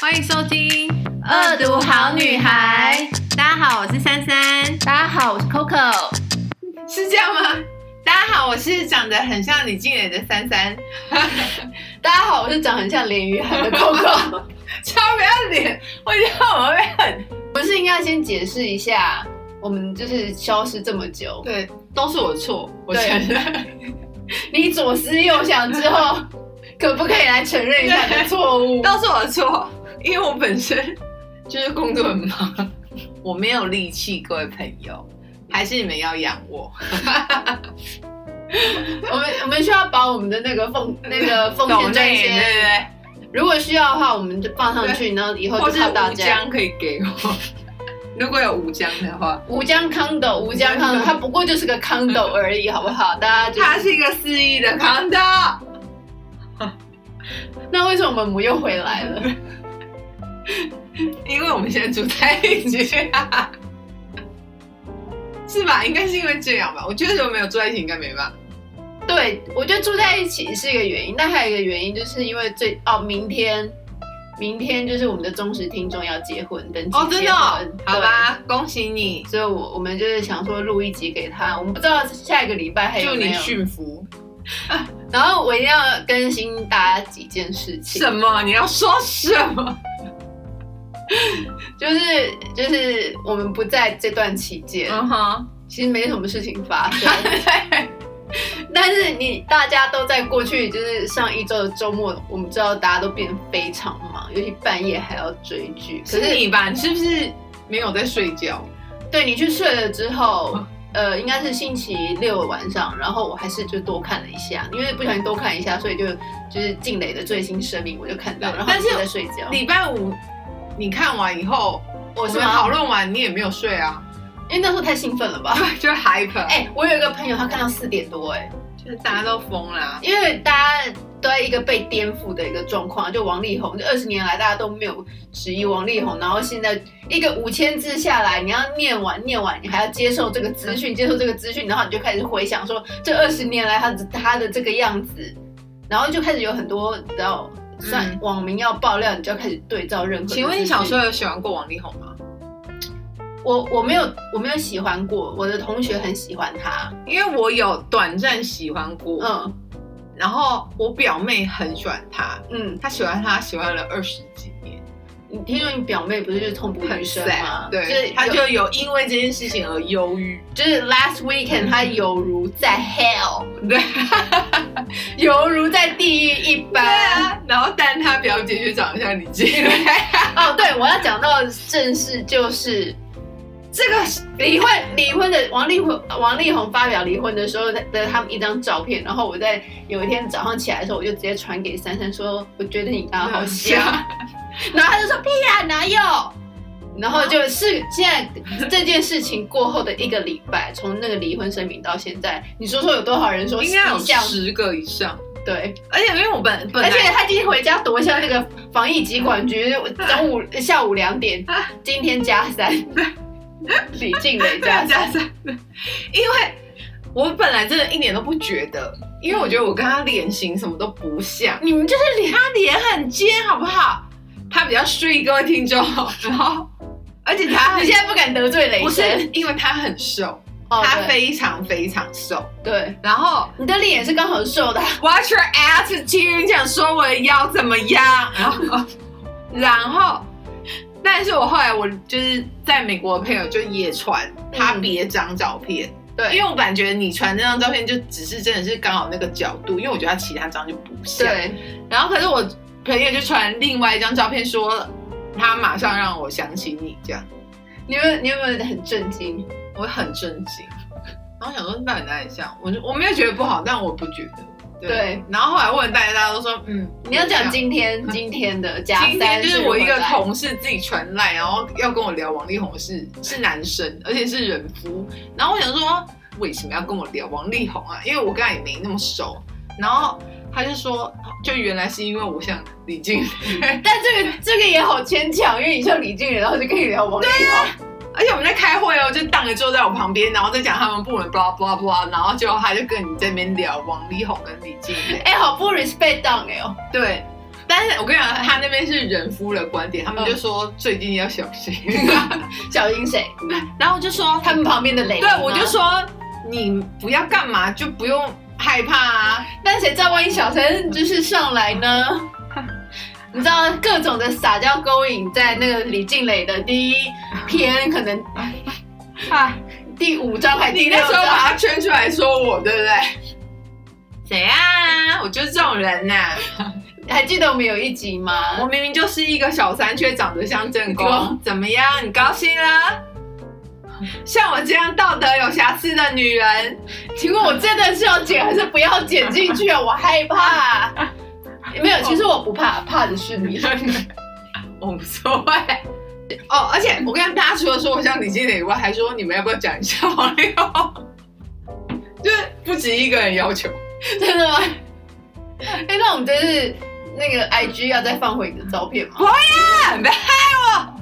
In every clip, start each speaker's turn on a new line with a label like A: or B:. A: 欢迎收听《
B: 恶毒好女孩》。
A: 大家好，我是珊珊。
B: 大家好，我是 Coco。
C: 是这样吗？大家好，我是长得很像李静蕾的珊珊，
B: 大家好，我是长很像连于涵的 Coco。
C: 超不要脸！我觉得我会很
B: 不是应该先解释一下，我们就是消失这么久，
C: 对，都是我的错，我
B: 对
C: 承认。
B: 你左思右想之 后，可不可以来承认一下你的错 误？
C: 都是我的错，因为我本身就是工作很忙，我没有力气，各位朋友，还是你们要养我。
B: 我们我们需要把我们的那个奉那个奉
C: 懂
B: 献专
C: 对
B: 线，
C: 对
B: 如果需要的话，我们就放上去，然后以
C: 对，
B: 后
C: 或
B: 就是靠大
C: 五
B: 家。
C: 江可以给我，如果有五江的话，
B: 吴江康斗，吴江康斗，嗯他不过就是个康斗而已，好不好？大家就
C: 它是一个肆意的康德。
B: 那为什么我们母又回来 了？
C: 因为我们现在住在一起，是吧？应该是因为这样吧。我觉得如果没有住在一起，应该没办法。
B: 对，我觉得住在一起是一个原因，但还有一个原因就是因为最哦，明天，明天就是我们的忠实听众要结婚，登
C: 哦
B: 记结婚
C: 好，吧，恭喜你
B: 对，所以我我们就是想说录一集给他，我们不知道下一个礼拜还有
C: 祝
B: 没
C: 你
B: 有。
C: 驯服。
B: 然后我一定要更新大家几件事情，
C: 什么？你要说什么？
B: 就是就是我们不在这段期间，
C: 嗯哼，
B: 其实没什么事情发生。 但是你大家都在过去，就是上一周的周末，我们知道大家都变得非常忙，尤其半夜还要追剧。可
C: 是
B: 是
C: 你吧？你是不是没有在睡觉？
B: 对你去睡了之后，
C: 嗯
B: 呃，应该是星期六的晚上，然后我还是就多看了一下，因为不小心多看一下，所以就就是静蕾的最新声明我就看到，
C: 对
B: 然后
C: 但是
B: 我在睡觉。
C: 礼拜五你看完以后，我
B: 我是
C: 们
B: 吗
C: 讨论完，你也没有睡啊，
B: 因为那时候太兴奋了吧？
C: 就 hyper，、
B: 哎、我有一个朋友，他看到四点多、哎。
C: 就是大家都疯啦。
B: 因为大家都在一个被颠覆的一个状况，就王力宏，就二十年来大家都没有质疑王力宏，然后现在一个五千字下来，你要念完念完，你还要接受这个资讯，接受这个资讯，然后你就开始回想说这二十年来他的他的这个样子，然后就开始有很多你知道算
C: 嗯
B: 网民要爆料，你就要开始对照任何的资讯。
C: 请问你小时候有喜欢过王力宏吗？
B: 我我没有我没有喜欢过，我的同学很喜欢他，
C: 因为我有短暂喜欢过，
B: 嗯
C: 然后我表妹很喜欢他，
B: 嗯，
C: 她喜欢他喜欢了二十几年，
B: 你听说你表妹不是就是痛不
C: 很
B: 欲生
C: sad，
B: 吗？就是
C: 对，
B: 有
C: 她就有因为这件事情而忧郁，
B: 就是 last weekend，他犹如在 hell，
C: 对，
B: 犹如在地狱一般。
C: 然后但她表姐就长得像李 静蕾，啊
B: 哦，对，我要讲到的正事就是
C: 这个
B: 离婚，离婚的王力宏，王力宏发表离婚的时候的他们一张照片，然后我在有一天早上起来的时候，我就直接传给珊珊说，我觉得你刚刚好像，
C: 嗯
B: 然后他就说屁呀、哪有？然后就是现在这件事情过后的一个礼拜，从那个离婚声明到现在，你说说有多少人说
C: 应该有
B: 一项
C: 十个以上，
B: 对？
C: 而且因为我本本
B: 而且
C: 来
B: 他今天回家躲向那个防疫疾管局，中午下午 两点，今天加三，李静蕾加
C: 大
B: 三，
C: 家在， 因为我本来真的一点都不觉得，因为我觉得我跟她脸型什么都不像。
B: 你们就是脸
C: 他脸很尖，好不好？他比较睡，各位听众。然后，而且他
B: 你
C: 很
B: 现在不敢得罪雷
C: 不是
B: 神，
C: 因为他很瘦，
B: 哦
C: 他
B: 对
C: 非常非常瘦。
B: 对，
C: 然后
B: 你的脸是刚好 瘦的，
C: Watch your attitude，你想说我的腰怎么样？然后，然后，但是我后来我就是在美国的朋友就也传他别张照片。
B: 对
C: 因为我感觉你传那张照片就只是真的是刚好那个角度，因为我觉得他其他张就不像。
B: 对，
C: 然后可是我朋友就传另外一张照片说，他马上让我想起你这样，
B: 你们你有没有很震惊？
C: 我很震惊。然后想说到底哪里像，我就我没有觉得不好，但我不觉得。
B: 对
C: 然后后来问大家，大家都说嗯，
B: 你要讲
C: 今
B: 今天今天的加
C: 今天
B: 三
C: 就是
B: 如
C: 我
B: 何
C: 一个
B: 来
C: 同事自己传来，然后要跟我聊王力宏是是男生， 而且是人夫。然后我想说为什么要跟我聊王力宏啊？因为我跟他也没那么熟。然后他就说，就原来是因为我像李静 蕾。
B: 但这个这个也好牵强，因为你像李静蕾，然后就跟你聊王力宏，
C: 而且我们在开会哦，就当着坐在我旁边，然后在讲他们部门 blah blah blah，然后结果他就跟你这边聊王力宏跟李静蕾，
B: 哎，好不 respect 当哎哦。
C: 对，但是我跟你讲，他那边是人夫的观点，他们就说最近要小心。
B: 小心谁？
C: 然后我就说
B: 他们旁边的雷。
C: 对，我就，说你不要干嘛，就不用害怕啊。
B: 但谁知道万一小三就是上来呢？ 你知道各种的撒娇勾引，在那个李静蕾的第一篇，可 能
C: 啊，
B: 第五章还
C: 你
B: 第
C: 那
B: 六
C: 时候
B: 章，
C: 把他圈出来说我，对不对？谁啊？我就是这种人呐、
B: 还记得我们有一集吗？
C: 我明明就是一个小三，却长得像正宫
B: 宫，
C: 怎么样？你高兴啦？像我这样道德有瑕疵的女人，
B: 请问我真的是要剪还是不要剪进去啊？我害 怕。没有，其实我不怕，怕的是 你。
C: 我无所谓。哦，而且我跟大家除了说我像李金磊以外，还说你们要不要讲一下王力宏？ 就是不止一个人要求。
B: 真的吗？ 哎、那我们真是那个 IG 要再放回你的照片吗？啊
C: 不要害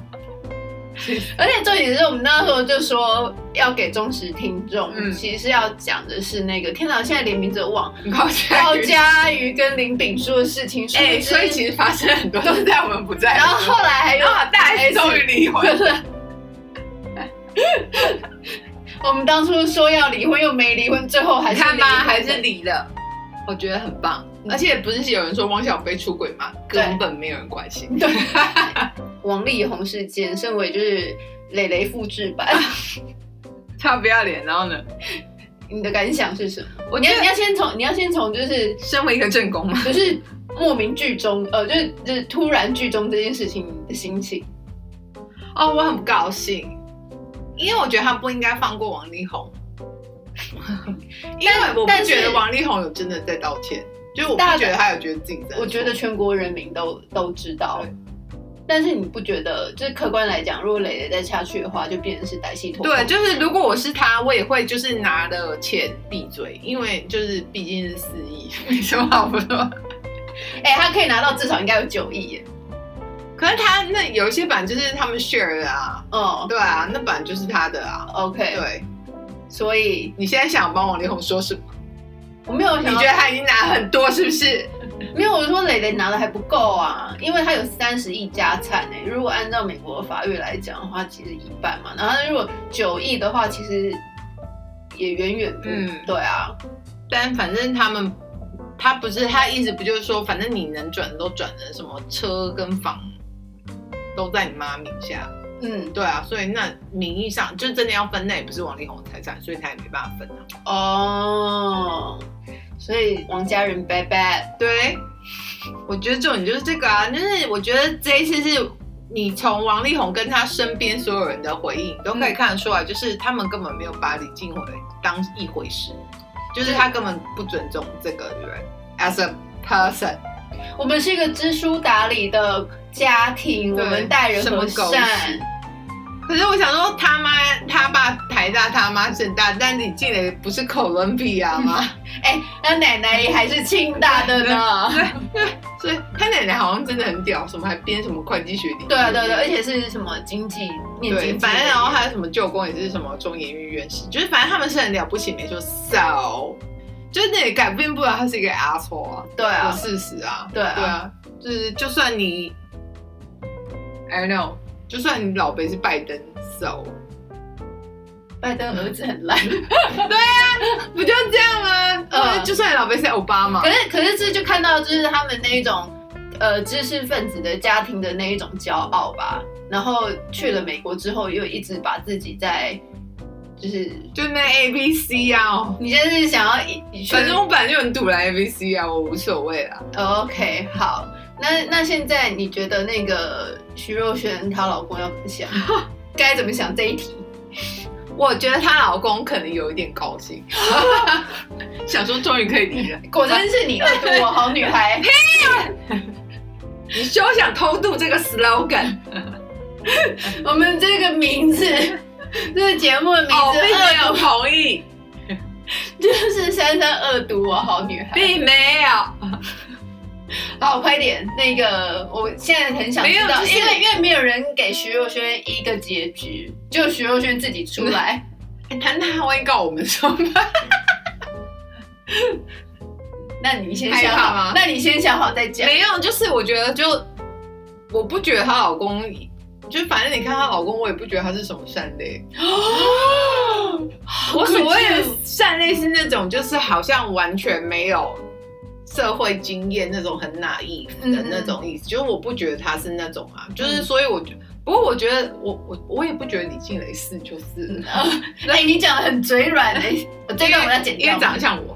B: 而且重点是我们那时候就说要给忠实听众，
C: 嗯
B: 其实是要讲的是那个天哪，我现在连名字都忘，
C: 我！高嘉
B: 高
C: 瑜，
B: 嘉瑜跟林炳书的事情，
C: 哎、所以
B: 实
C: 其实发生很多都是在我们不在的
B: 然
C: 时候。
B: 后后来还有
C: 然后大 S 终于离婚，
B: 不是。我们当初说要离婚，又没离婚，最后还
C: 你
B: 是
C: 看吧，
B: 离婚
C: 还是离了，我觉得很棒。
B: 嗯
C: 而且不是有人说汪小菲出轨吗？
B: 对
C: 根本没有人关心。
B: 对，王力宏事件，身为就是磊磊复制版，
C: 他不要脸，然后呢？
B: 你的感想是什么？
C: 我
B: 你
C: 觉
B: 要你
C: 得
B: 要先从你要先从就是
C: 身为一个正宫嘛，
B: 就是莫名剧终，呃，就是就是突然剧终这件事情你的心情。
C: 哦，我很不高兴，因为我觉得他不应该放过王力宏，因为我
B: 但
C: 不觉
B: 是
C: 得王力宏有真的在道歉，就是我不
B: 大
C: 觉得他有觉得自己在。
B: 我觉得全国人民都都知道
C: 对，
B: 但是你不觉得就是客观来讲，如果磊磊再下去的话，就变成是歹戏拖
C: 对，就是如果我是他，我也会就是拿了钱闭嘴，因为就是毕竟是四亿，没什么好不说。
B: 哎、他可以拿到至少应该有九亿耶。
C: 可是他那有一些版就是他们 share 的啊，
B: 嗯
C: 对啊，那版就是他的啊。
B: ，OK，
C: 对，
B: 所以
C: 你现在想帮王力宏说什么？
B: 我没有
C: 你
B: 想
C: 觉
B: 到
C: 得他已经拿很多是不是？
B: 没有，我说磊磊拿的还不够啊，因为他有三十亿家产哎、如果按照美国的法律来讲的话，其实一半嘛。然后如果九亿的话，其实也远远不、
C: 嗯
B: 对啊。
C: 但反正他们，他不是他意思不就是说，反正你能转的都转了，什么车跟房都在你妈名下。
B: 嗯，
C: 对啊，所以那名义上就真的要分，那也不是王力宏的财产，所以他也没办法分啊。
B: 哦，所以王家人拜拜。
C: 对，我觉得重点就是这个啊，就是我觉得这一次是你从王力宏跟他身边所有人的回应都可以看得出来，就是他们根本没有把李静蕾当一回事，就是他根本不尊重这个人 as a person。
B: 我们是一个知书达理的家庭，
C: 对
B: 我们待人
C: 什么
B: 和
C: 狗
B: 善
C: 屎。可是我想说，他妈他爸台大，他妈正大，但李静蕾不是哥伦比亚吗？
B: 哎、那奶奶也还是清大的呢。
C: 所以他奶奶好像真的很屌，什么还编什么会计学理。
B: 对啊，对啊对啊，而且是什么经济念
C: 对，
B: 经济的，
C: 反正然后还有什么舅公也是什么中研院院士，就是反正他们是很了不起，没说少，就是你也改变不了他是一个 asshole 啊，
B: 对啊
C: 有事实啊，
B: 对啊
C: 对啊，就是就算你，I don't know，就算你老辈是拜登，so
B: 拜登儿子很烂。
C: 不就这样吗？呃，
B: 嗯
C: 就算你老辈是奥巴马
B: 可，是可是这就看到就是他们那一种呃知识分子的家庭的那一种骄傲吧。然后去了美国之后，又一直把自己在就是
C: 就那 A B C 啊、哦，
B: 你现在是想要以以去
C: 反正我本来就很堵来 A B C 啊，我无所谓啦。
B: OK 好。那那现在你觉得那个徐若瑄她老公要怎么想？该怎么想这一题？
C: 我觉得她老公可能有一点高兴， 想说终于可以离了。
B: 果真是你恶毒我好 女孩。
C: 你休想偷渡这个 slogan，
B: 我们这个名字， 这个节目的名字
C: 哦，并没
B: 恶
C: 有
B: 毒，
C: 同意，
B: 就是珊珊恶毒我好女孩。
C: 并没有，
B: 好，快点！那个，我现在很想知道，
C: 没有就是
B: 因为因为没有人给徐若瑄一个结局，就徐若瑄自己出 来。
C: 哎，他那他万一告我们怎么办？
B: 那你先
C: 害
B: 想
C: 怕
B: 好
C: 吗，
B: 那你先想好再 讲。
C: 没有，就是我觉得就我不觉得她老公，就反正你看她老公，我也不觉得他是什么善类。哦 我所谓的善类是那种，就是好像完全没有社会经验那种很 naive
B: 嗯
C: 的那种意思，就是我不觉得他是那种啊，就是所以我觉不过我觉得我我我也不觉得李静蕾是就是了，
B: 哎、你讲的很嘴 软哎、我这
C: 因为
B: 段我要剪
C: 因
B: 掉
C: 为。长得像 我，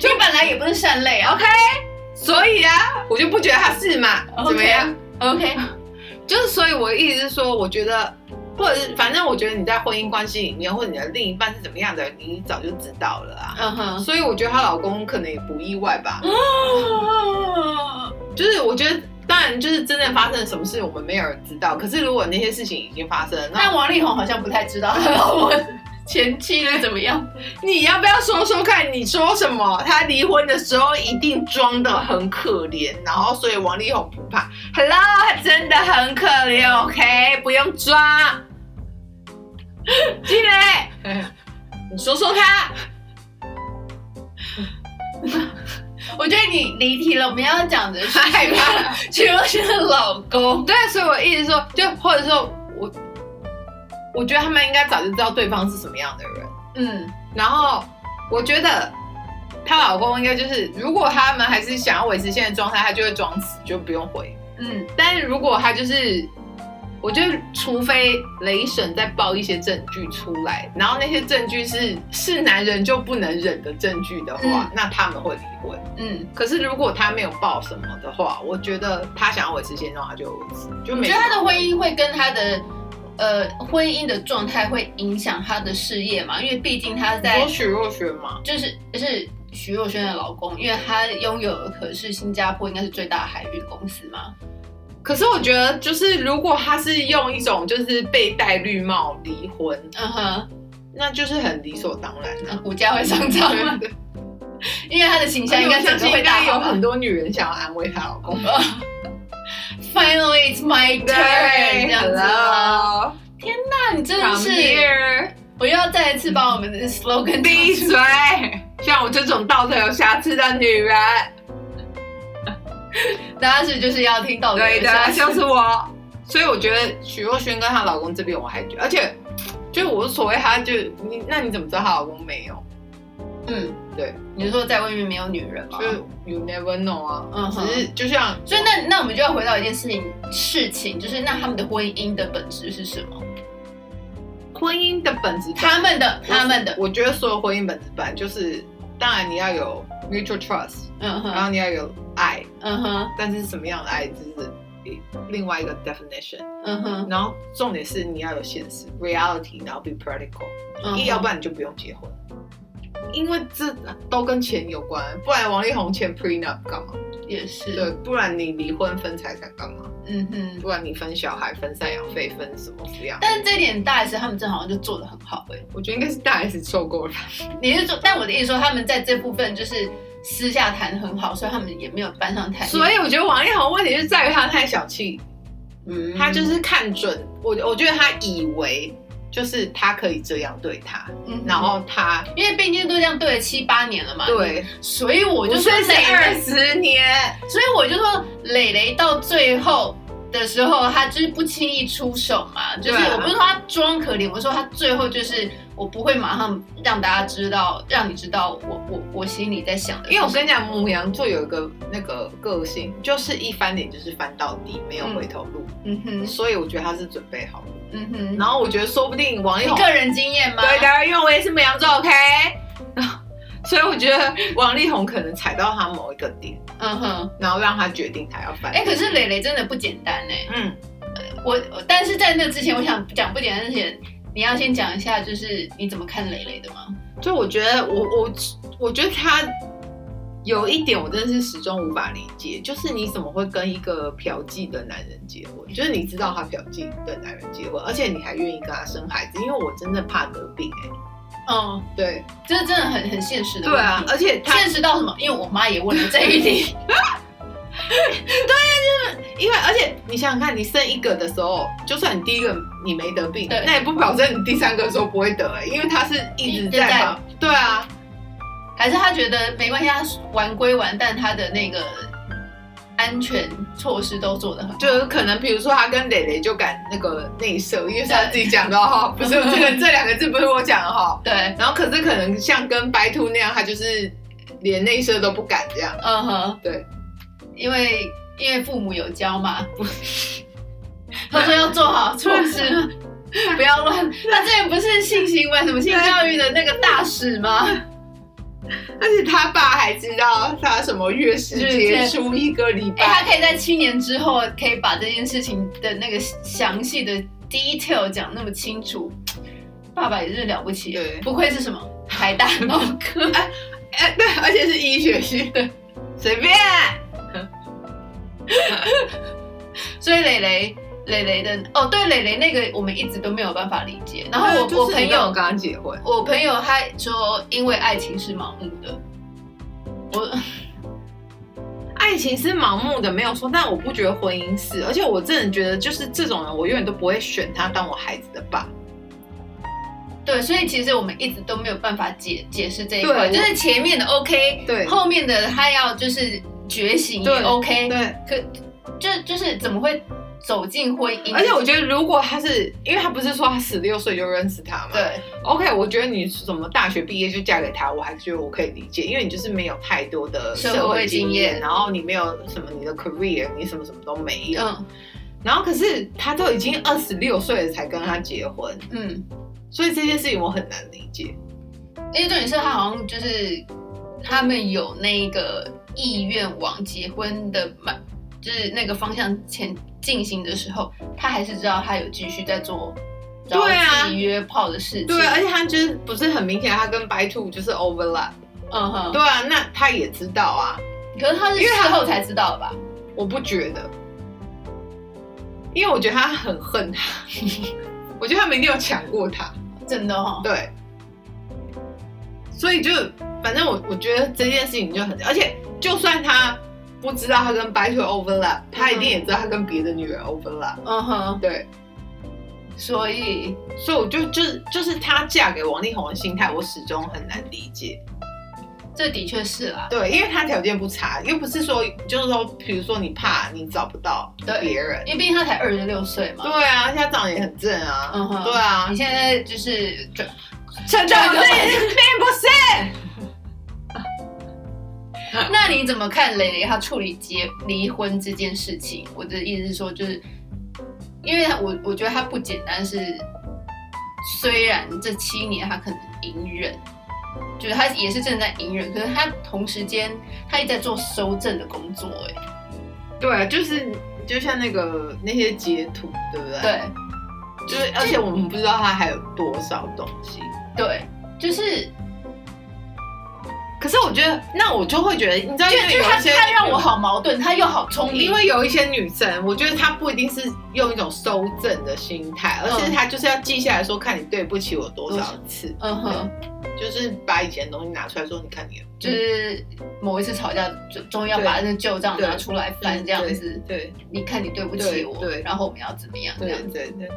B: 就本来也不是善类啊。
C: OK，所以啊，我就不觉得他是嘛，
B: OK
C: 怎么样？
B: OK，
C: 就是，所以我的意思是说，我觉得，或者是反正我觉得你在婚姻关系里面，或者你的另一半是怎么样的，你早就知道了啊。
B: 嗯哼。
C: 所以我觉得她老公可能也不意外吧。就是我觉得，当然就是真正发生了什么事，我们没有人知道。可是如果那些事情已经发生了，那
B: 但王力宏好像不太知道他 老婆前妻是怎么样。
C: 你要不要说说看？你说什么？他离婚的时候一定装的很可怜，然后所以王力宏不怕。Hello，他真的很可怜，OK，不用 装。金 磊，你说说看，
B: 我觉得你离题了，我们要讲的是
C: 害怕。
B: 其实是老公。
C: 哦对，所以我一直说，就或者说我，我觉得他们应该早就知道对方是什么样的人。
B: 嗯，
C: 然后我觉得她老公应该就是，如果他们还是想要维持现在的状态，他就会装死，就不用回。
B: 嗯，
C: 但是如果他就是，我觉得除非雷神再爆一些证据出来，然后那些证据是是男人就不能忍的证据的话，
B: 嗯
C: 那他们会离婚。
B: 嗯，
C: 可是如果他没有爆什么的话，我觉得他想要维持现状，他就维持，就
B: 我
C: 没
B: 觉得他的婚姻会跟他的呃婚姻的状态会影响他的事业嘛，因为毕竟他
C: 你
B: 在
C: 说许若瑄嘛，
B: 就是是徐若瑄的老公，因为他拥有的可是新加坡应该是最大的海运公司嘛。
C: 可是我觉得，就是如果他是用一种就是被戴绿帽离婚，
B: 嗯哼，
C: 那就是很理所当然啊的、
B: 那股价会上涨吗？因为他的形象应该整个
C: 应
B: 会大
C: 该有
B: 好吧
C: 很多女人想要安慰她老 公。
B: Finally, it's my turn，这样子吗？
C: ，Hello，
B: 那你真的是
C: 啊 Come here
B: 我又要再一次把我们的 slogan
C: 闭嘴！像我这种道德有瑕疵的女人，
B: 大家是就是要听到
C: 对的
B: 下，
C: 就是我。所以我觉得许若瑄跟她老公这边，我还觉得，而且就我所谓她就你，那你怎么知道她老公没有？
B: 嗯，
C: 对，
B: 你是说在外面没有女人吗
C: 就？是 you never know 啊。
B: 嗯哼
C: 只是就像
B: 所以那那我们就要回到一件事情，事情就是那他们的婚姻的本质是什么？
C: 婚姻的本质，
B: 他们的他们的，
C: 我觉得所有婚姻本质本来就是，当然你要有 mutual trust，、
B: 嗯
C: 然
B: 哼，
C: 后你要有爱，
B: 嗯哼，
C: 但是什么样的爱就是另外一个 definition。
B: 嗯哼，
C: 然后重点是你要有现实 reality，然后 be practical，、
B: 嗯哼
C: 要不然你就不用结婚，因为这都跟钱有关，不然王力宏签 prenup 干嘛？
B: 也是，
C: 对，不然你离婚分财产干嘛？
B: 嗯哼。
C: 不然你分小孩、分赡养费、分什么抚养？
B: 但是这一点大 S 他们这好像就做的很好哎、
C: 我觉得应该是大 S 受够了，
B: 你是说，但我的意思说他们在这部分就是私下谈得很好，所以他们也没有搬上台面。
C: 所以我觉得王力宏问题就在于他太小气，
B: 嗯
C: 他就是看准我，我觉得他以为就是他可以这样对他，
B: 嗯哼
C: 然后他
B: 因为毕竟都这样对了七八年了嘛，，
C: 对，
B: 所以我就
C: 不
B: 说
C: 是
B: 磊
C: 二
B: 磊，
C: 十年，
B: 所以我就说磊磊到最后的时候，他就是不轻易出手嘛，就是
C: 对啊
B: 我不是说他装可怜，我说他最后就是我不会马上让大家知道，让你知道我我我心里在想的，
C: 因为我跟你讲，母羊座有一个那个个性，就是一翻脸就是翻到底，没有回头路，
B: 嗯哼
C: 所以我觉得他是准备好了。
B: 嗯哼，
C: 然后我觉得说不定王力
B: 你
C: 宏，
B: 个人经验吗？
C: 对的，因为我也是母羊座，OK，所以我觉得王力宏可能踩到他某一个点，
B: 嗯哼。
C: 然后让他决定他要翻
B: 哎、
C: 脸。
B: 可是磊磊真的不简单哎、
C: 嗯，
B: 我我但是在那之前，我想讲不简单之前，你要先讲一下，就是你怎么看磊磊的吗？
C: 就我觉得我我我觉得他有一点我真的是始终无法理解，就是你怎么会跟一个嫖妓的男人结婚？就是你知道他嫖妓的男人结婚，而且你还愿意跟他生孩子，因为我真的怕得病哎、
B: 嗯，
C: 对
B: 这真的很很现实的
C: 对
B: 问题。
C: 啊，而且他
B: 现实到什么？因为我妈也问了这一 题。
C: 因为而且你想想看，你生一个的时候，就算你第一个你没得病，
B: 对
C: 那也不保证你第三个的时候不会得、欸，因为他是一直在
B: 一直在
C: 嘛。对啊，
B: 还是他觉得没关系，他玩归玩，但他的那个安全措施都做得很好。
C: 就是可能，比如说他跟磊磊就敢那个内射，因为是他自己讲的 哈，不是这个这两个字不是我讲的哈。
B: 对，
C: 然后可是可能像跟白兔那样，他就是连内射都不敢这样。
B: 嗯哼，
C: 对，
B: 因为因为父母有教嘛，他说要做好措施，
C: 啊
B: 不要乱。他之前不是性行为什么性教育的那个大使吗？
C: 而且他爸还知道他什么月事
B: 月
C: 结
B: 事
C: 束一个礼
B: 哎、他
C: 拜，
B: 可以在七年之后，可以把这件事情的那个详细的 detail 讲那么清楚，爸爸也是了不起，
C: 对
B: 不愧是 什么台大脑科，
C: 哎、对，而且是医学系的， 随便。
B: 所以磊磊。磊磊的哦，对磊磊那个我们一直都没有办法理解。然后我、
C: 啊就是
B: 我朋
C: 你跟
B: 友
C: 我跟他结婚，
B: 我朋友他说，因为爱情是盲目的。我
C: 爱情是盲目的，没有错，但我不觉得婚姻是，而且我真的觉得就是这种人，我永远都不会选他当我孩子的爸。
B: 对，所以其实我们一直都没有办法解解释这一
C: 对
B: 块，
C: 我
B: 就是前面的 OK，
C: 对
B: 后面的他要就是觉醒也
C: 对
B: OK，
C: 对，
B: 可就就是怎么会走进婚姻？
C: 而且我觉得如果他是，因为他不是说他十六岁就认识他嘛，
B: 对
C: ，OK，我觉得你什么大学毕业就嫁给他，我还觉得我可以理解，因为你就是没有太多的
B: 社
C: 社
B: 会
C: 会
B: 经
C: 经
B: 验
C: 验，然后你没有什么你的 career，你什么什么都没有，
B: 嗯
C: 然后可是他都已经二十六岁了才跟他结婚，
B: 嗯，
C: 所以这件事情我很难理解。
B: 而且重点是他好像就是他们有那个意愿往结婚的迈，就是那个方向前进行的时候，他还是知道他有继续在做
C: 对啊
B: 自己约炮的事情，
C: 对，啊而且他就是不是很明显，他跟白兔就是 overlap。
B: 嗯哼，
C: 对啊，那他也知道啊，
B: 可是他是
C: 因为他
B: 事后才知道的吧？
C: 我不觉得，因为我觉得他很恨他， 我觉得他们一定有抢过他，
B: 真的哦，
C: 对，所以就反正我我觉得这件事情就很，而且就算他不知道他跟白腿 overlap，他一定也知道他跟别的女人 overlap，
B: 嗯哼，
C: 对，
B: 所以
C: 所以我就就是就是她嫁给王力宏的心态，我始终很难理解。
B: 这的确是啦、
C: 对，因为他条件不差，又不是说就是说，比如说你怕你找不到
B: 对
C: 别人，
B: 因为毕竟他才二十六岁嘛。
C: 对啊，他长得也很正啊，
B: 嗯哼
C: 对啊
B: 你，现在就是转
C: 成长这也 是并不是。
B: 那你怎么看蕾蕾她处理结离婚这件事情？我的意思是说，就是因为我我觉得她不简单是，虽然这七年她可能隐忍，就是她也是正在隐忍，可是她同时间她也在做收证的工作、哎，
C: 对，就是就像那个那些截图，对不对？，
B: 对
C: 就是而且我们不知道他还有多少东西。
B: 对，就是
C: 可是我觉得，那我就会觉得，你知道，
B: 就
C: 因为
B: 就
C: 有
B: 她
C: 一些嗯
B: 她让我好矛盾，她又好聪明，
C: 因为有一些女生，我觉得她不一定是用一种收正的心态，
B: 嗯
C: 而是她就是要记下来说，看你对不起我多少次，
B: 嗯哼，
C: 就是把以前的东西拿出来说，你看你嗯的
B: 就是某一次吵架，就终于要
C: 对
B: 把那个旧账
C: 对
B: 拿出来翻这样子。
C: 对
B: 你看你对不起
C: 对
B: 我，
C: 对
B: 然后我们要怎么样这
C: 对
B: 样子？
C: 对对，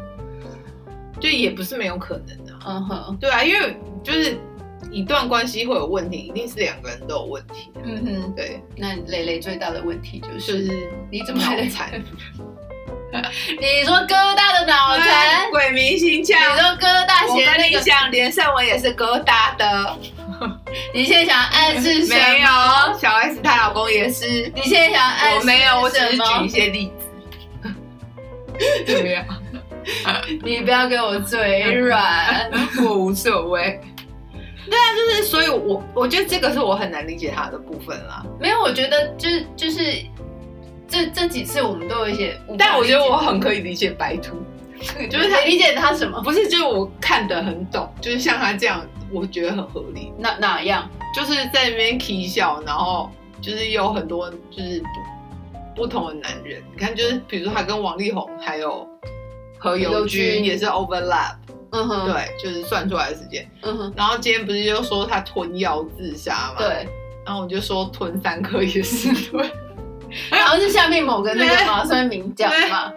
C: 就也不是没有可能的、啊，
B: 嗯哼，
C: 对啊，因为就是一段关系会有问题，一定是两个人都有问题的，
B: 嗯哼，
C: 对，
B: 那蕾蕾最大的问题就
C: 就是是
B: 你怎么
C: 脑
B: 还在
C: 残，
B: 你说疙瘩的脑残，
C: 鬼迷心
B: 你
C: 窍。
B: 说疙瘩
C: 哎我
B: 写
C: 跟
B: 那
C: 你
B: 个，
C: 讲，连胜文也是疙瘩的，
B: 你现在想要暗示什
C: 没
B: 么？
C: 有，小 S 她老公也是，
B: 你现在想要暗示
C: 我没有，我只是
B: 什么啊
C: 举一些例子。怎么样？
B: 你不要给我嘴软。
C: 我无所谓。对啊，就是所以我，我觉得这个是我很难理解他的部分啦。
B: 没有，我觉得就是就是这这几次我们都有一些，
C: 但我觉得我很可以理解白 兔，就是他
B: 你理解他什么
C: 不是就是我看得很懂，就是像他这样，我觉得很合理。
B: 哪哪样？
C: 就是在那边 k 笑，然后就是有很多就是不不同的男人，你看就是比如说他跟王力宏还有何
B: 何猷
C: 猷
B: 君
C: 君也是 overlap，、
B: 嗯哼，，
C: 对，就是算出来的时间。
B: 嗯哼，
C: 然后今天不是又说他吞药自杀嘛？。
B: 对，
C: 然后我就说吞三颗也是吞，
B: 好像是下面某个那个嘛，算名将嘛，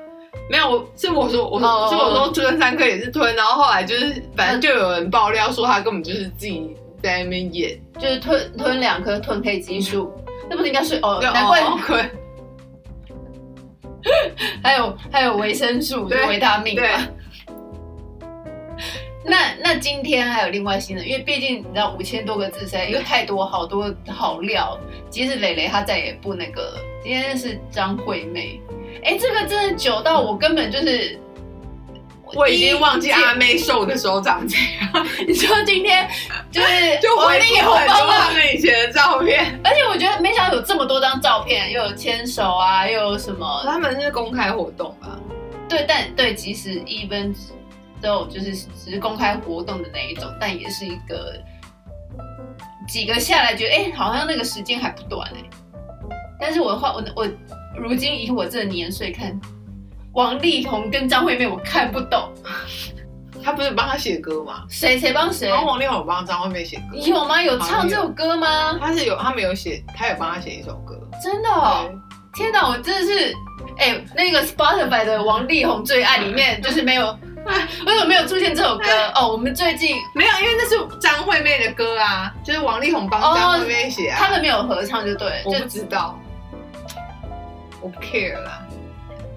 C: 没有，我是我说我说、
B: 哦
C: 是我说吞三颗也是吞，然后后来就是反正就有人爆料说他根本就是自己在那边演，
B: 就是吞吞两颗吞黑激素，那不是应该是哦？
C: 对
B: 难怪
C: 哦对
B: 还有还有维生素、
C: 对
B: 维他命
C: 对
B: 嘛。 那那今天还有另外新的，因为毕竟你知道五千多个字实在有太多好多好料，即使蕾蕾她再也不那个了。今天是张惠妹，哎、这个真的久到我根本就是
C: 我已经忘记
B: 第一届
C: 阿妹瘦的时候长这样，
B: 你说今天就是
C: 就
B: 王
C: 回
B: 力
C: 忆
B: 宏
C: 很
B: 帮
C: 多
B: 忙，
C: 他们以前的照片。
B: 而且我觉得没想到有这么多张照片，又有牵手啊，又有什么
C: 他们是公开活动啊吧？
B: 对，但对，即使 even 都有就是只是公开活动的那一种，但也是一个几个下来觉得，哎、好像那个时间还不短哎、但是我的话，我我如今以我这年岁看，王力宏跟张惠妹，我看不懂
C: 他不是帮他写歌吗？
B: 谁谁帮谁
C: 然，后王力宏有帮张惠妹写歌，
B: 有吗？有唱这首歌吗？
C: 他是有，他们有写，他哦有帮他写一首歌。
B: 真的、哦。天哪，我真的是，哎、那个 Spotify 的王力宏最爱里面就是没有， 为什么没有出现这首歌？哦，我们最近
C: 没有，因为那是张惠妹的歌啊，就是王力宏帮
B: 哦
C: 张惠妹写啊。
B: 他们没有合唱就对，
C: 我不
B: 就
C: 知道，我不 care 啦。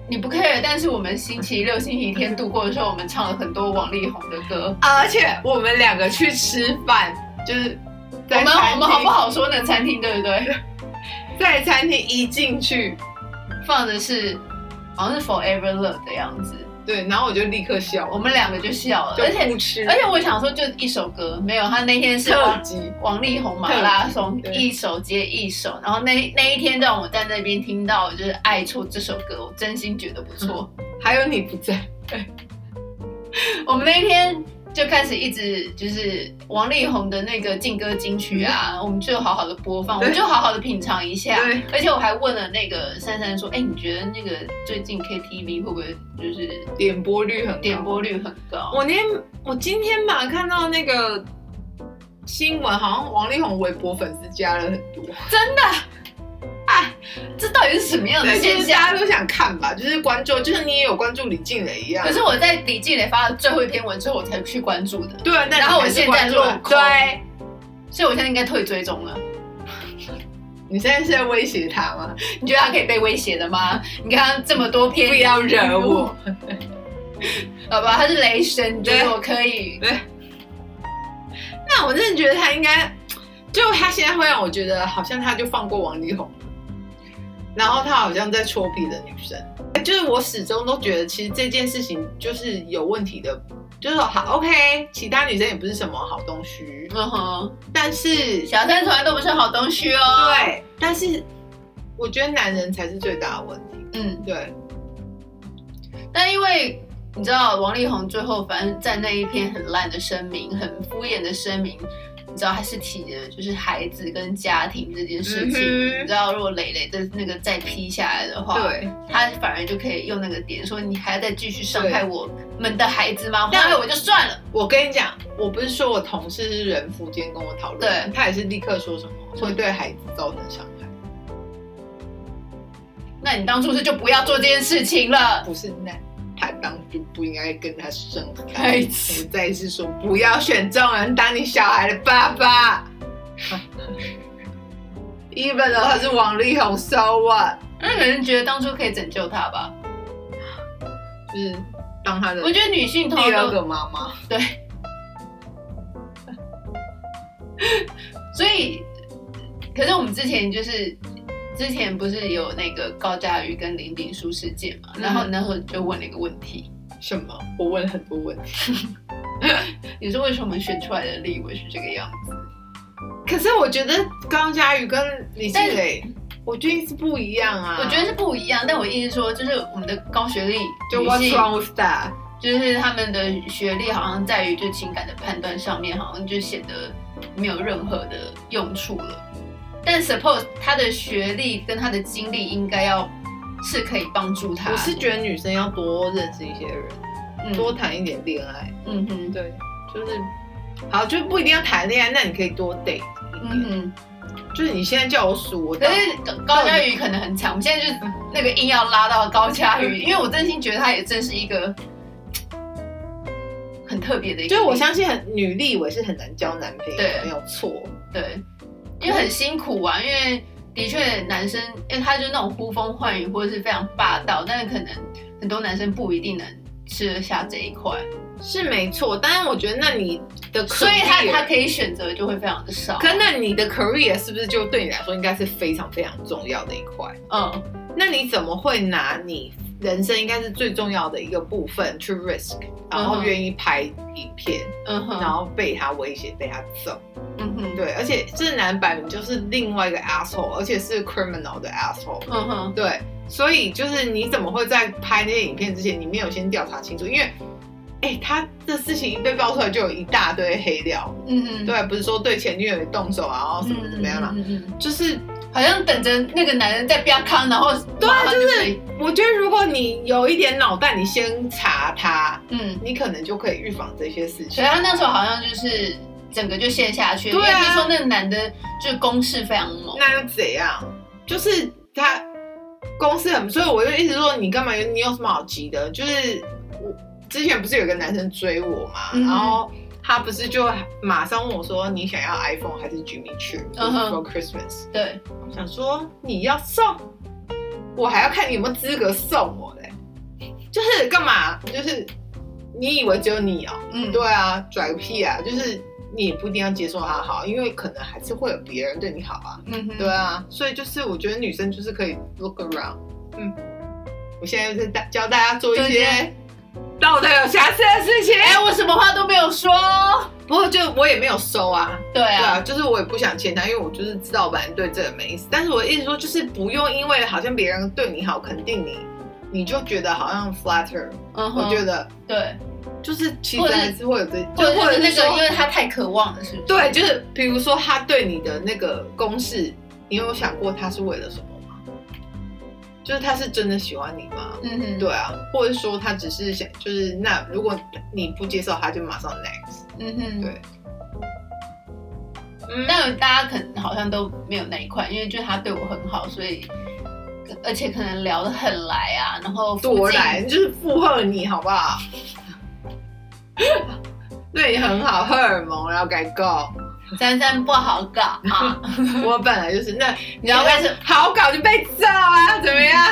B: 你不 care。但是我们星期 六、星期天度过的时候，我们唱了很多王力宏的歌。
C: 啊而且我们两个去吃饭，就是
B: 我
C: 在
B: 们
C: 餐
B: 我们好
C: 厅
B: 不？好说那个餐厅对不对？
C: 在餐厅一进去，
B: 放的是好像是 Forever Love 的样子，
C: 对，然后我就立刻笑，
B: 我们两个就笑了，
C: 就
B: 而且
C: 不吃，
B: 而且我想说就一首歌，没有他那天是
C: 特
B: 王
C: 级，
B: 王力宏马拉松
C: 对
B: 一首接一首，然后那那一天让我在那边听到就是《爱出》这首歌，我真心觉得不错。
C: 还有你不在，
B: 我们那一天就开始一直就是王力宏的那个劲歌金曲啊，我们就好好的播放，我
C: 嗯对
B: 们就好好的品尝一下
C: 对。
B: 而且我还问了那个珊珊说：“哎、你觉得那个最近 KTV 会不会就是
C: 点播率很高
B: 点播率很高
C: 我那天我今天吧看到那个新闻，好像王力宏微博粉丝加了很多，？”
B: 这到底是什么样的
C: 对，
B: 现
C: 其实大
B: 象
C: 家？都想看吧，就是关注，就是你也有关注李静蕾一样
B: 可。是我在李静蕾发了最后一篇文之后，我才去关注的，
C: 对，啊但
B: 然后我
C: 你还是
B: 现在
C: 关注了
B: 落空
C: 对，
B: 所以我现在应该退追踪了。
C: 你现在是在威胁他吗？
B: 你觉得他可以被威胁的吗？你看他这么多篇，
C: 不要惹我，
B: 好吧？他是雷神，你觉
C: 对
B: 得我可以
C: 对。那我真的觉得他应该，就他现在会让我觉得好像他就放过王力宏了，然后他好像在戳别的女生，就是我始终都觉得其实这件事情就是有问题的，就是说好 OK，其他女生也不是什么好东西，
B: 嗯哼，
C: 但是
B: 小三从来都不是好东西哦。，
C: 对，但是我觉得男人才是最大的问题，
B: 嗯，
C: 对
B: 但因为你知道王力宏最后反正在那一篇很烂的声明、很敷衍的声明，你知道还是提的就是孩子跟家庭这件事情。
C: 嗯哼
B: 你知道，如果磊磊的那个再批下来的话，
C: 对，
B: 他反而就可以用那个点说你还要再继续伤害我们的孩子吗？那我就算了。
C: 我跟你讲，我不是说我同事是人夫，今天跟我讨论，
B: 对
C: 他也是立刻说什么会对孩子造成伤害，
B: 那你当初是就不要做这件事情了。
C: 不是那他当初不应该跟他生
B: 孩
C: 孩
B: 子
C: 子。我再一次说，不要选这种人当你小孩的爸爸。even 的他是王力宏，so what？
B: 那个人觉得当初可以拯救他吧？
C: 就是当他的
B: 我觉得女性通常
C: 第二
B: 都
C: 个妈妈。
B: 对，所以，可是我们之前就是之前不是有那个高佳瑜跟林炳书事件嘛？
C: 嗯
B: 然后那时候就问了一个问题，
C: 什么？我问了很多问题，
B: 你说为什么我们选出来的立委是这个样子？
C: 可是我觉得高佳宇跟李静
B: 但是
C: 蕾，我觉得是不一样啊。
B: 我觉得是不一样，但我意思说，就是我们的高学历
C: 就
B: 女
C: What's
B: 性，
C: wrong with that？
B: 就是他们的学历好像在于就情感的判断上面，好像就显得没有任何的用处了。但 suppose 他的学历跟他的经历应该要是可以帮助他。
C: 我是觉得女生要多认识一些人，
B: 嗯
C: 多谈一点恋爱。
B: 嗯哼
C: 对，就是好，就不一定要谈恋爱，那你可以多 date 一点。
B: 嗯
C: 就是你现在叫我数，我
B: 哼。可
C: 当
B: 是高高佳瑜可能很强，我们现在就那个硬要拉到高佳瑜，因为我真心觉得他也真是一个很特别的一个例子。
C: 就是我相信很女力，我是很难交男朋友，
B: 对
C: 没有错。
B: 对，因为很辛苦啊，因为的确男生，因为他就是那种呼风唤雨或者是非常霸道，但是可能很多男生不一定能吃得下这一块，
C: 是没错，但是我觉得那你的 career,
B: 所以他他可以选择就会非常的少。
C: 可那你的 career 是不是就对你来说应该是非常非常重要的一块？
B: 嗯，
C: 那你怎么会拿你人生应该是最重要的一个部分去 risk，然后愿意拍影片，
B: 嗯
C: 然
B: 哼，
C: 后被他威胁，被他揍？
B: 嗯哼，
C: 对，而且这男版本就是另外一个 asshole，而且是 criminal 的 asshole。
B: 嗯哼，
C: 对，所以就是你怎么会在拍那些影片之前，你没有先调查清楚？因为，哎、他的事情一被爆出来，就有一大堆黑料。
B: 嗯哼，
C: 对，啊不是说对前女友也动手啊，然后
B: 嗯，
C: 什么怎么样啦、
B: 嗯嗯嗯
C: 啊就是
B: 好像等着那个男人在边康，然后对啊，就是
C: 我觉得，如果你有一点脑袋，你先查他，
B: 嗯，
C: 你可能就可以预防这些事
B: 所
C: 情
B: 以。他那时候好像就是整个就陷下去了，
C: 对啊
B: 因为听说那个男的就是攻势非常猛，
C: 那又怎样？就是他公司很，所以我就一直说你干嘛？你有什么好急的？就是我之前不是有个男生追我嘛，
B: 嗯
C: 然后他不是就马上问我说你想要 iPhone 还是 Jimmy Choo
B: 嗯哼
C: for Christmas？、
B: 对，
C: 我想说你要送，我还要看你有没有资格送我嘞。就是干嘛？就是你以为只有你哦、
B: 嗯，
C: 对啊，拽个屁啊！就是你也不一定要接受他好，因为可能还是会有别人对你好啊。
B: 嗯哼，
C: 对啊，所以就是我觉得女生就是可以 look around。嗯，我现在又在大教大家做一
B: 做一
C: 些
B: 些
C: 道德有瑕疵的事情。
B: 哎、我什么话都没有说。
C: 不过就我也没有收啊，
B: 对
C: 对
B: 啊，
C: 啊，就是我也不想欠他，因为我就是知道我本来对这个没意思。但是我的意思说，就是不用因为好像别人对你好肯定你，你就觉得好像 flatter、
B: 嗯哼，
C: 我觉得
B: 对，
C: 就是其
B: 或
C: 实
B: 者是
C: 还是会有这，
B: 或
C: 就
B: 者是那
C: 说
B: 个，因为他太渴望了，是不是？
C: 对，就是比如说他对你的那个攻势，你有想过他是为了什么吗？就是他是真的喜欢你吗？
B: 嗯哼，
C: 对，啊，或者说他只是想，就是那如果你不接受，他就马上 next。
B: 嗯哼，
C: 对。嗯，
B: 但大家可能好像都没有那一块，因为就是他对我很好，所以而且可能聊得很来啊，然后附近
C: 多来，，就是附和你好不好？ 对你很好，荷尔蒙，然后改告。
B: 珊珊不好搞 啊，
C: 我本来就是那，你要
B: 要
C: 开
B: 开
C: 始
B: 始
C: 好搞就被揍啊，怎么样？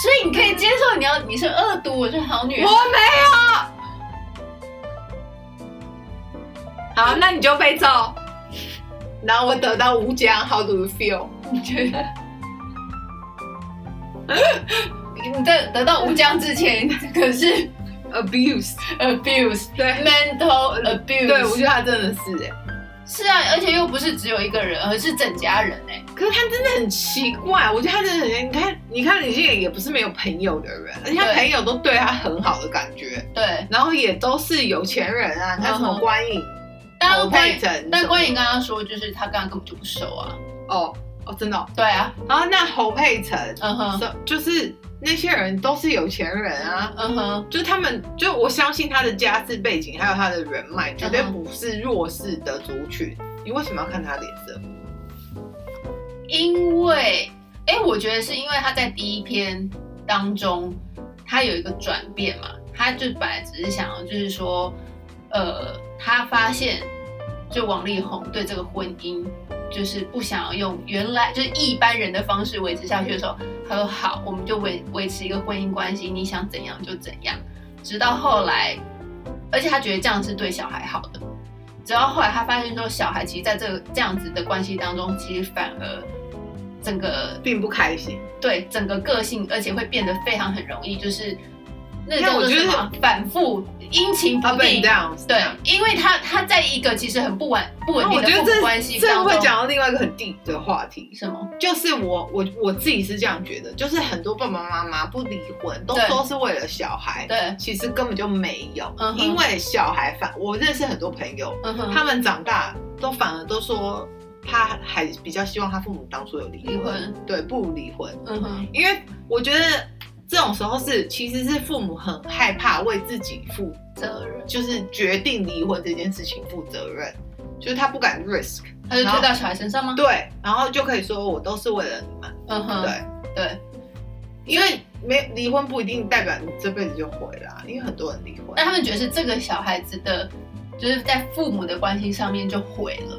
B: 所以你可以接受你要你是恶毒，我是好女
C: 我
B: 孩，
C: 没有。好，那你就被揍，然后我得到无奖。How do you feel？
B: 你觉得？你在得到无疆之前，可是
C: Abuse，
B: abuse
C: 对
B: mental abuse，
C: 对，我觉得他真的是哎，
B: 是啊，而且又不是只有一个人，而是整家人哎、
C: 可是他真的很奇怪，我觉得他真的很，你看，你看，你这个也不是没有朋友的人，而且他
B: 对
C: 朋友都对他很好的感觉，
B: 对，
C: 然后也都是有钱人啊，你看什么
B: 嗯哼
C: 关颖、
B: 但
C: 侯
B: 关
C: 佩
B: 于
C: 岑，
B: 但关颖刚刚说，就是他刚刚根本就不熟啊。
C: 哦哦，真的哦，
B: 对啊，
C: 然后那侯佩岑，
B: 嗯哼，
C: so- 就是那些人都是有钱人啊，
B: 嗯哼，
C: 就他们，就我相信他的家世背景还有他的人脉，绝对
B: 嗯
C: 不是弱势的族群。你为什么要看他脸色？
B: 因为哎、我觉得是因为他在第一篇当中，他有一个转变嘛，他就本来只是想要就是说，呃，他发现就王力宏对这个婚姻。就是不想要用原来就是一般人的方式维持下去的时候，他说好，我们就维维持一个婚姻关系，你想怎样就怎样。直到后来，而且他觉得这样是对小孩好的。直到后来，他发现说，小孩其实在这个这样子的关系当中，其实反而整个
C: 并不开心。
B: 对整个个性，而且会变得非常很容易，就是那个
C: 那
B: 叫
C: 我
B: 做
C: 觉得啊
B: 什么啊反复阴晴不
C: Up and
B: 定。
C: down，
B: 对，因为他他在一个其实很不稳不稳
C: 那
B: 定
C: 我
B: 的
C: 觉得
B: 父母
C: 这
B: 关系当
C: 这
B: 中，
C: 会讲到另外一个很 deep 的话题，
B: 什么？
C: 就是我我我自己是这样觉得，就是很多爸爸妈妈不离婚，都
B: 对
C: 说是为了小孩，
B: 对，
C: 其实根本就没有，
B: 嗯哼
C: 因为小孩反我认识很多朋友，
B: 嗯哼，
C: 他们长大都反而都说他还比较希望他父母当初有离
B: 离婚，
C: 对，不如离婚。
B: 嗯哼，
C: 因为我觉得这种时候是其实是父母很害怕为自己负，
B: 责任，
C: 就是决定离婚这件事情负责任，就是他不敢 risk，
B: 他就
C: 然后
B: 推到小孩身上吗？
C: 对，然后就可以说我都是为了你们，
B: 嗯哼，
C: 对，
B: 对。
C: 因为没离婚不一定代表你这辈子就回来，因为很多人离婚
B: 那，他们觉得是这个小孩子的，就是在父母的关系上面就毁了，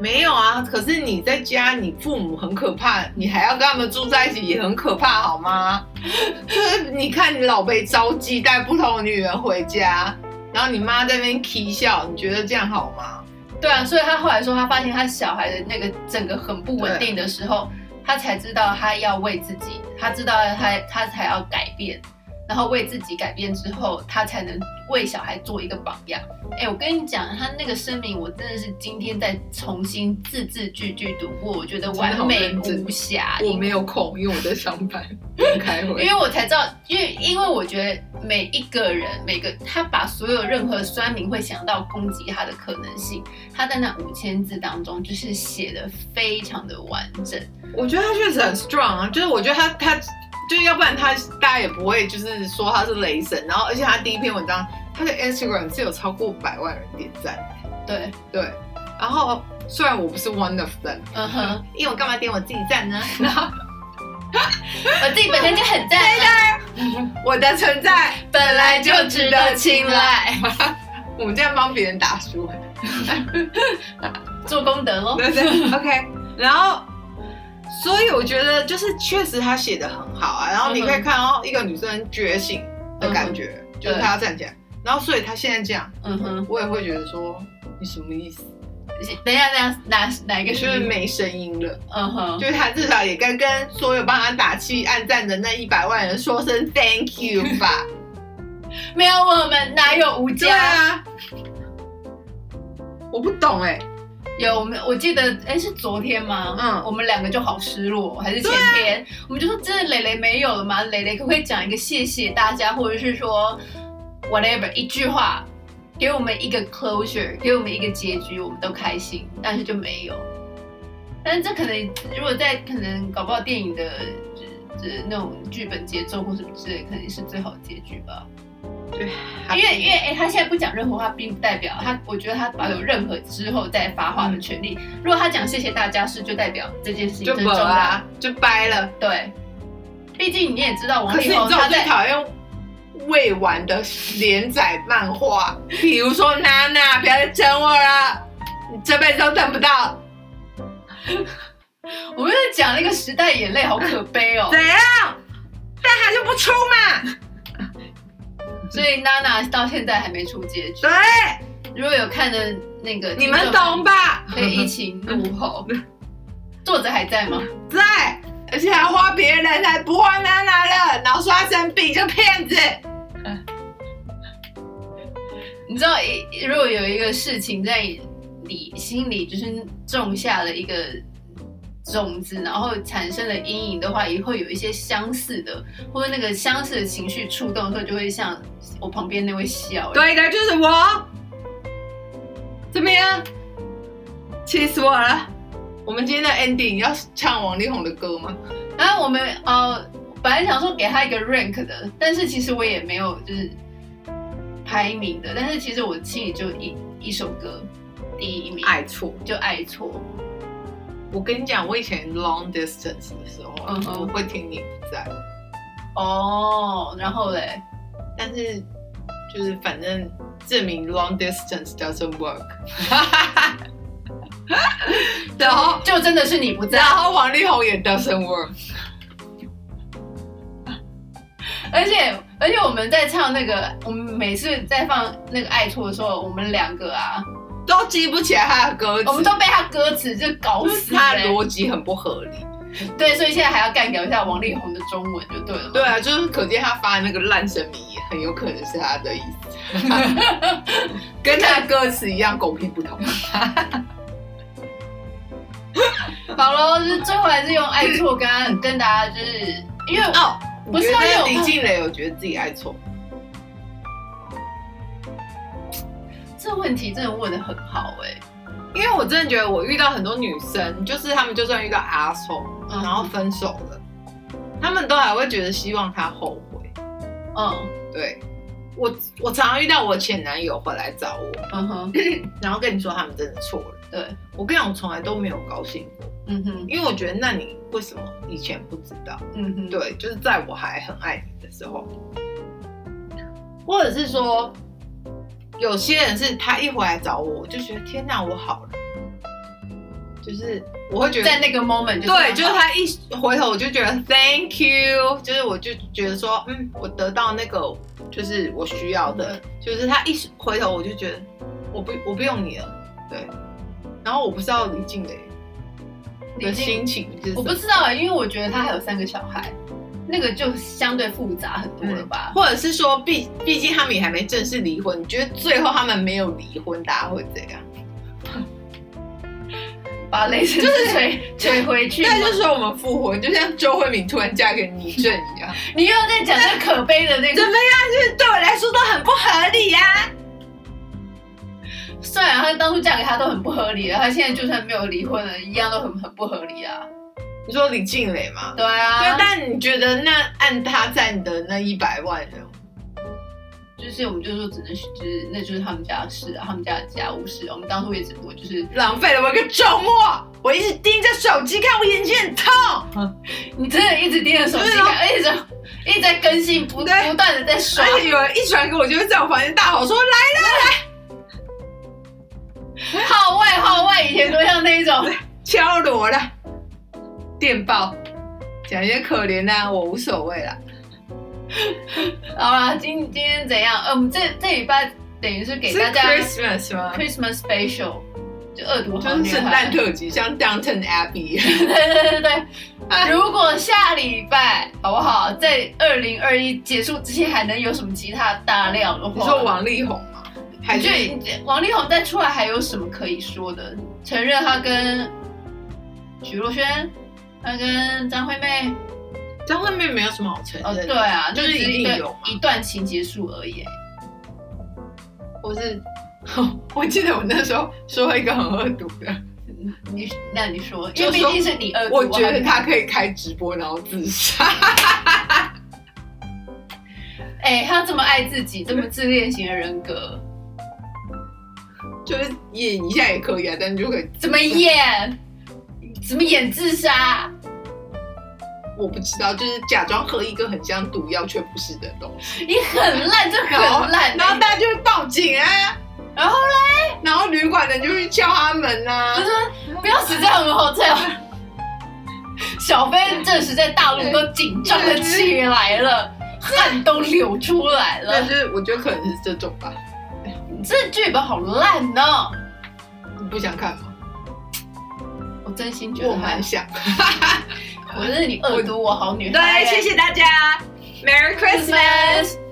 C: 没有啊，可是你在家，你父母很可怕，你还要跟他们住在一起，也很可怕，好吗？ 就是你看你老被招妓带不同的女人回家，然后你妈在那边 k 笑，你觉得这样好吗？
B: 对啊，所以他后来说，他发现他小孩的那个整个很不稳定的时候，他才知道他要为自己，他知道他他才要改变，然后为自己改变之后，他才能为小孩做一个榜样。哎，我跟你讲，他那个声明，我真的是今天再重新字字句句读过，我觉得完
C: 真
B: 美
C: 的好认真
B: 无瑕。
C: 我没有空，啊 因为我在上班，开会。
B: 因为我才知道，因为因为我觉得每一个人，每个他把所有任何酸民会想到攻击他的可能性，他在那五千字当中就是写的非常的完整。
C: 我觉得他确实很 strong 啊，就是我觉得他他就是要不然他大家也不会就是说他是雷神，然后而且他第一篇文章他的 Instagram 是有超过百万人点赞，
B: 对，
C: 对，然后虽然我不是 one of them，
B: 嗯哼，
C: 因为我干嘛点我自己赞呢？然后
B: 我自己本身就很赞啊，
C: 我的存在
B: 本来就值得青睐，
C: 我们这样帮别人打书，
B: 做功德喽。
C: 对对，OK，然 后。所以我觉得就是确实他写的很好啊，然后你可以
B: 嗯哼
C: 看到一个女生觉醒的感觉，就是她要站起来，然后所以她现在这样，
B: 嗯哼，
C: 我也会觉得说你什么意思？
B: 等一下，等一下，哪哪一
C: 也
B: 个
C: 就是？没声音了，
B: 嗯哼，
C: 就是他至少也该跟所有帮他打气、暗赞的那一百万人说声 thank you 吧。
B: 没有我们哪有吴
C: 对
B: 家？
C: 啊，我不懂哎、
B: 有我们，我记得哎是昨天吗？
C: 嗯
B: 我们两个就好失落，还是前天？我们就说真的蕾蕾没有了吗？蕾蕾可不可以讲一个谢谢大家，或者是说 whatever 一句话，给我们一个 closure，给我们一个结局，我们都开心，但是就没有。但是这可能如果在可能搞不好电影的就是那种剧本节奏或什么之类，肯定是最好的结局吧。因为因为哎、他现在不讲任何话，并不代表他，我觉得他保有任何之后再发话的权利。如果他讲谢谢大家是，就代表这件事情
C: 就
B: 真
C: 没
B: 重大。
C: 啊，就掰了。
B: 对，毕竟你也知道王
C: 可是
B: 力
C: 你
B: 宏
C: 知道
B: 他
C: 我最
B: 在
C: 讨厌未完的连载漫 画，比如说娜娜，不要再整我了，你这辈子都等不到。
B: 我们在讲那个时代眼泪，好可悲哦
C: 怎。样？但他就不出嘛？
B: 所以娜娜到现在还没出结局。
C: 对。
B: 如果有看的那个，
C: 你们懂，吧？
B: 可以一起怒 吼。作者还在吗？
C: 在，而且还花别人，还不花娜娜了，然后说她生病，这个骗子。
B: 你知道，一如果有一个事情在你心里就是种下了一个种子，然后产生了阴影的话，也会有一些相似的，或者那个相似的情绪触动的时候，就会像我旁边那位笑。
C: 对的，就是我。怎么样？气死我了！我们今天的 ending 要唱王力宏的歌吗？
B: 然后我们呃，本来想说给他一个 rank 的，但是其实我也没有就是排名的，但是其实我心里就一一首歌，第一名
C: 爱错。
B: 就爱错，
C: 我跟你讲，我以前 long distance 的时候啊，
B: 嗯哼
C: 我会听你不在，
B: 哦，然后嘞，
C: 但是就是反正证明 long distance doesn't work。然后
B: 就真的是你不在
C: 然。后王力宏也 doesn't work。
B: 而且而且我们在唱那个，我们每次在放那个《爱错》的时候，我们两个啊，
C: 都记不起来他的歌词，
B: 我们都被他歌词就搞死了、
C: 他的逻辑很不合理。
B: 对，所以现在还要干掉一下王力宏的中文就对了嘛。
C: 对啊，就是可见他发的那个烂声明也很有可能是他的意思， 跟他的歌词一样狗屁不通。
B: 好喽，就是最后还是用《爱错》跟他跟大家就是，因为
C: 哦，
B: 不是啊
C: 你觉得
B: 因为
C: 李
B: 我
C: 静蕾有觉得自己爱错，
B: 这问题真的问的很好哎、
C: 因为我真的觉得我遇到很多女生，就是她们就算遇到阿错，
B: 嗯
C: 然后分手了，她们都还会觉得希望他后悔。
B: 嗯
C: 对我，我常常遇到我前男友回来找我，
B: 嗯哼，
C: 然后跟你说他们真的错了。
B: 对，
C: 我跟你讲，我从来都没有高兴过。
B: 嗯哼，
C: 因为我觉得，那你为什么以前不知道？
B: 嗯哼，，
C: 对，就是在我还很爱你的时候，或者是说，有些人是他一回来找我，我就觉得天哪，我好了，
B: 就是
C: 我会觉得
B: 在那个 moment 就
C: 对，就是
B: 他
C: 他一回头我就觉得 thank you，就是我就觉得说，嗯，我得到那个就是我需要的，就是他一回头我就觉得我不我不用你了，对。然后我不知道李静蕾的
B: 李静
C: 心情是什
B: 我
C: 么
B: 不知道啊，因为我觉得他还有三个小孩，那个就相对复杂很多了吧。
C: 或者是说毕毕竟他们也还没正式离婚，你觉得最后他们没有离婚，大家会怎样？
B: 把雷神就 是锤锤回去吗。
C: 那就是说我们复婚，就像周慧敏突然嫁给倪震一样，
B: 你又在讲那可悲的 那
C: 怎
B: 个。
C: 么样？就是对我来说都很不合理呀、
B: 虽然她当初嫁给他都很不合理了，她现在就算没有离婚了，一样都很很不合理啊。
C: 你说李静蕾吗？
B: 对啊，
C: 对，但你觉得那按他占的那一百万呢？
B: 就是我们就说只能就是那就是他们家的事啊，他们家的家务事啊。我们当初也只不过就是
C: 浪费了我一个周末，我一直盯着手机看，我眼睛很痛。
B: 你真的一直盯着手机
C: 对啊
B: 看，一直一直在更新，不不
C: 对
B: 断的在刷。
C: 而且有人一传给我，就会在我房间大吼说：“来
B: 号外号外，以前都像那一种，
C: 敲锣了，电报。”讲一些可怜的、啊，我无所谓啦。
B: 好啦，今今天怎样？呃，我们这这礼拜等于是给
C: 是
B: 大家
C: Christmas 吗？
B: Christmas special，就恶毒好
C: 就是
B: 女
C: 圣
B: 孩。
C: 诞特辑，像 Downton Abbey。
B: 对对对对
C: 啊
B: 对。如果下礼拜好不好，在二零二一结束之前还能有什么其他大料的话，
C: 你说王力宏吗？还
B: 你
C: 是
B: 觉得你王力宏再出来还有什么可以说的？承认他跟许若瑄，他跟张惠妹，
C: 张惠妹没有什么好承
B: 哦，
C: 认
B: 对
C: 的，
B: 啊，
C: 就是
B: 只
C: 一定
B: 一个
C: 有嘛
B: 一段情结束而已。
C: 我啊是 我记得我那时候说一个很恶毒的，
B: 你那你说，因
C: 就
B: 为
C: 说
B: 毕竟是你二，啊
C: 我觉得
B: 还
C: 他可以开直播，然后自杀。
B: 哎、他这么爱自己，这么自恋型的人格，
C: 就是演一下也可以啊，但你就可以
B: 怎么？ 演？怎么演自杀？
C: 我不知道，就是假装喝一个很像毒药却不是的东西，
B: 你很烂，这
C: 然后
B: 很烂。
C: 然后大家就会报警啊，
B: 然后
C: 欸然后旅馆的就去敲他门啊
B: 就。说不要死在我们 hotel。小飞这时在大陆都紧张了起来了，汗都流出来
C: 但
B: 了。
C: 是我觉得可能是这种吧，
B: 你这剧本好烂哦！
C: 你不想看吗？
B: 我真心觉
C: 我
B: 得还
C: 蛮，想。
B: 我是你恶毒我好女孩。
C: 大家，Merry
B: Christmas。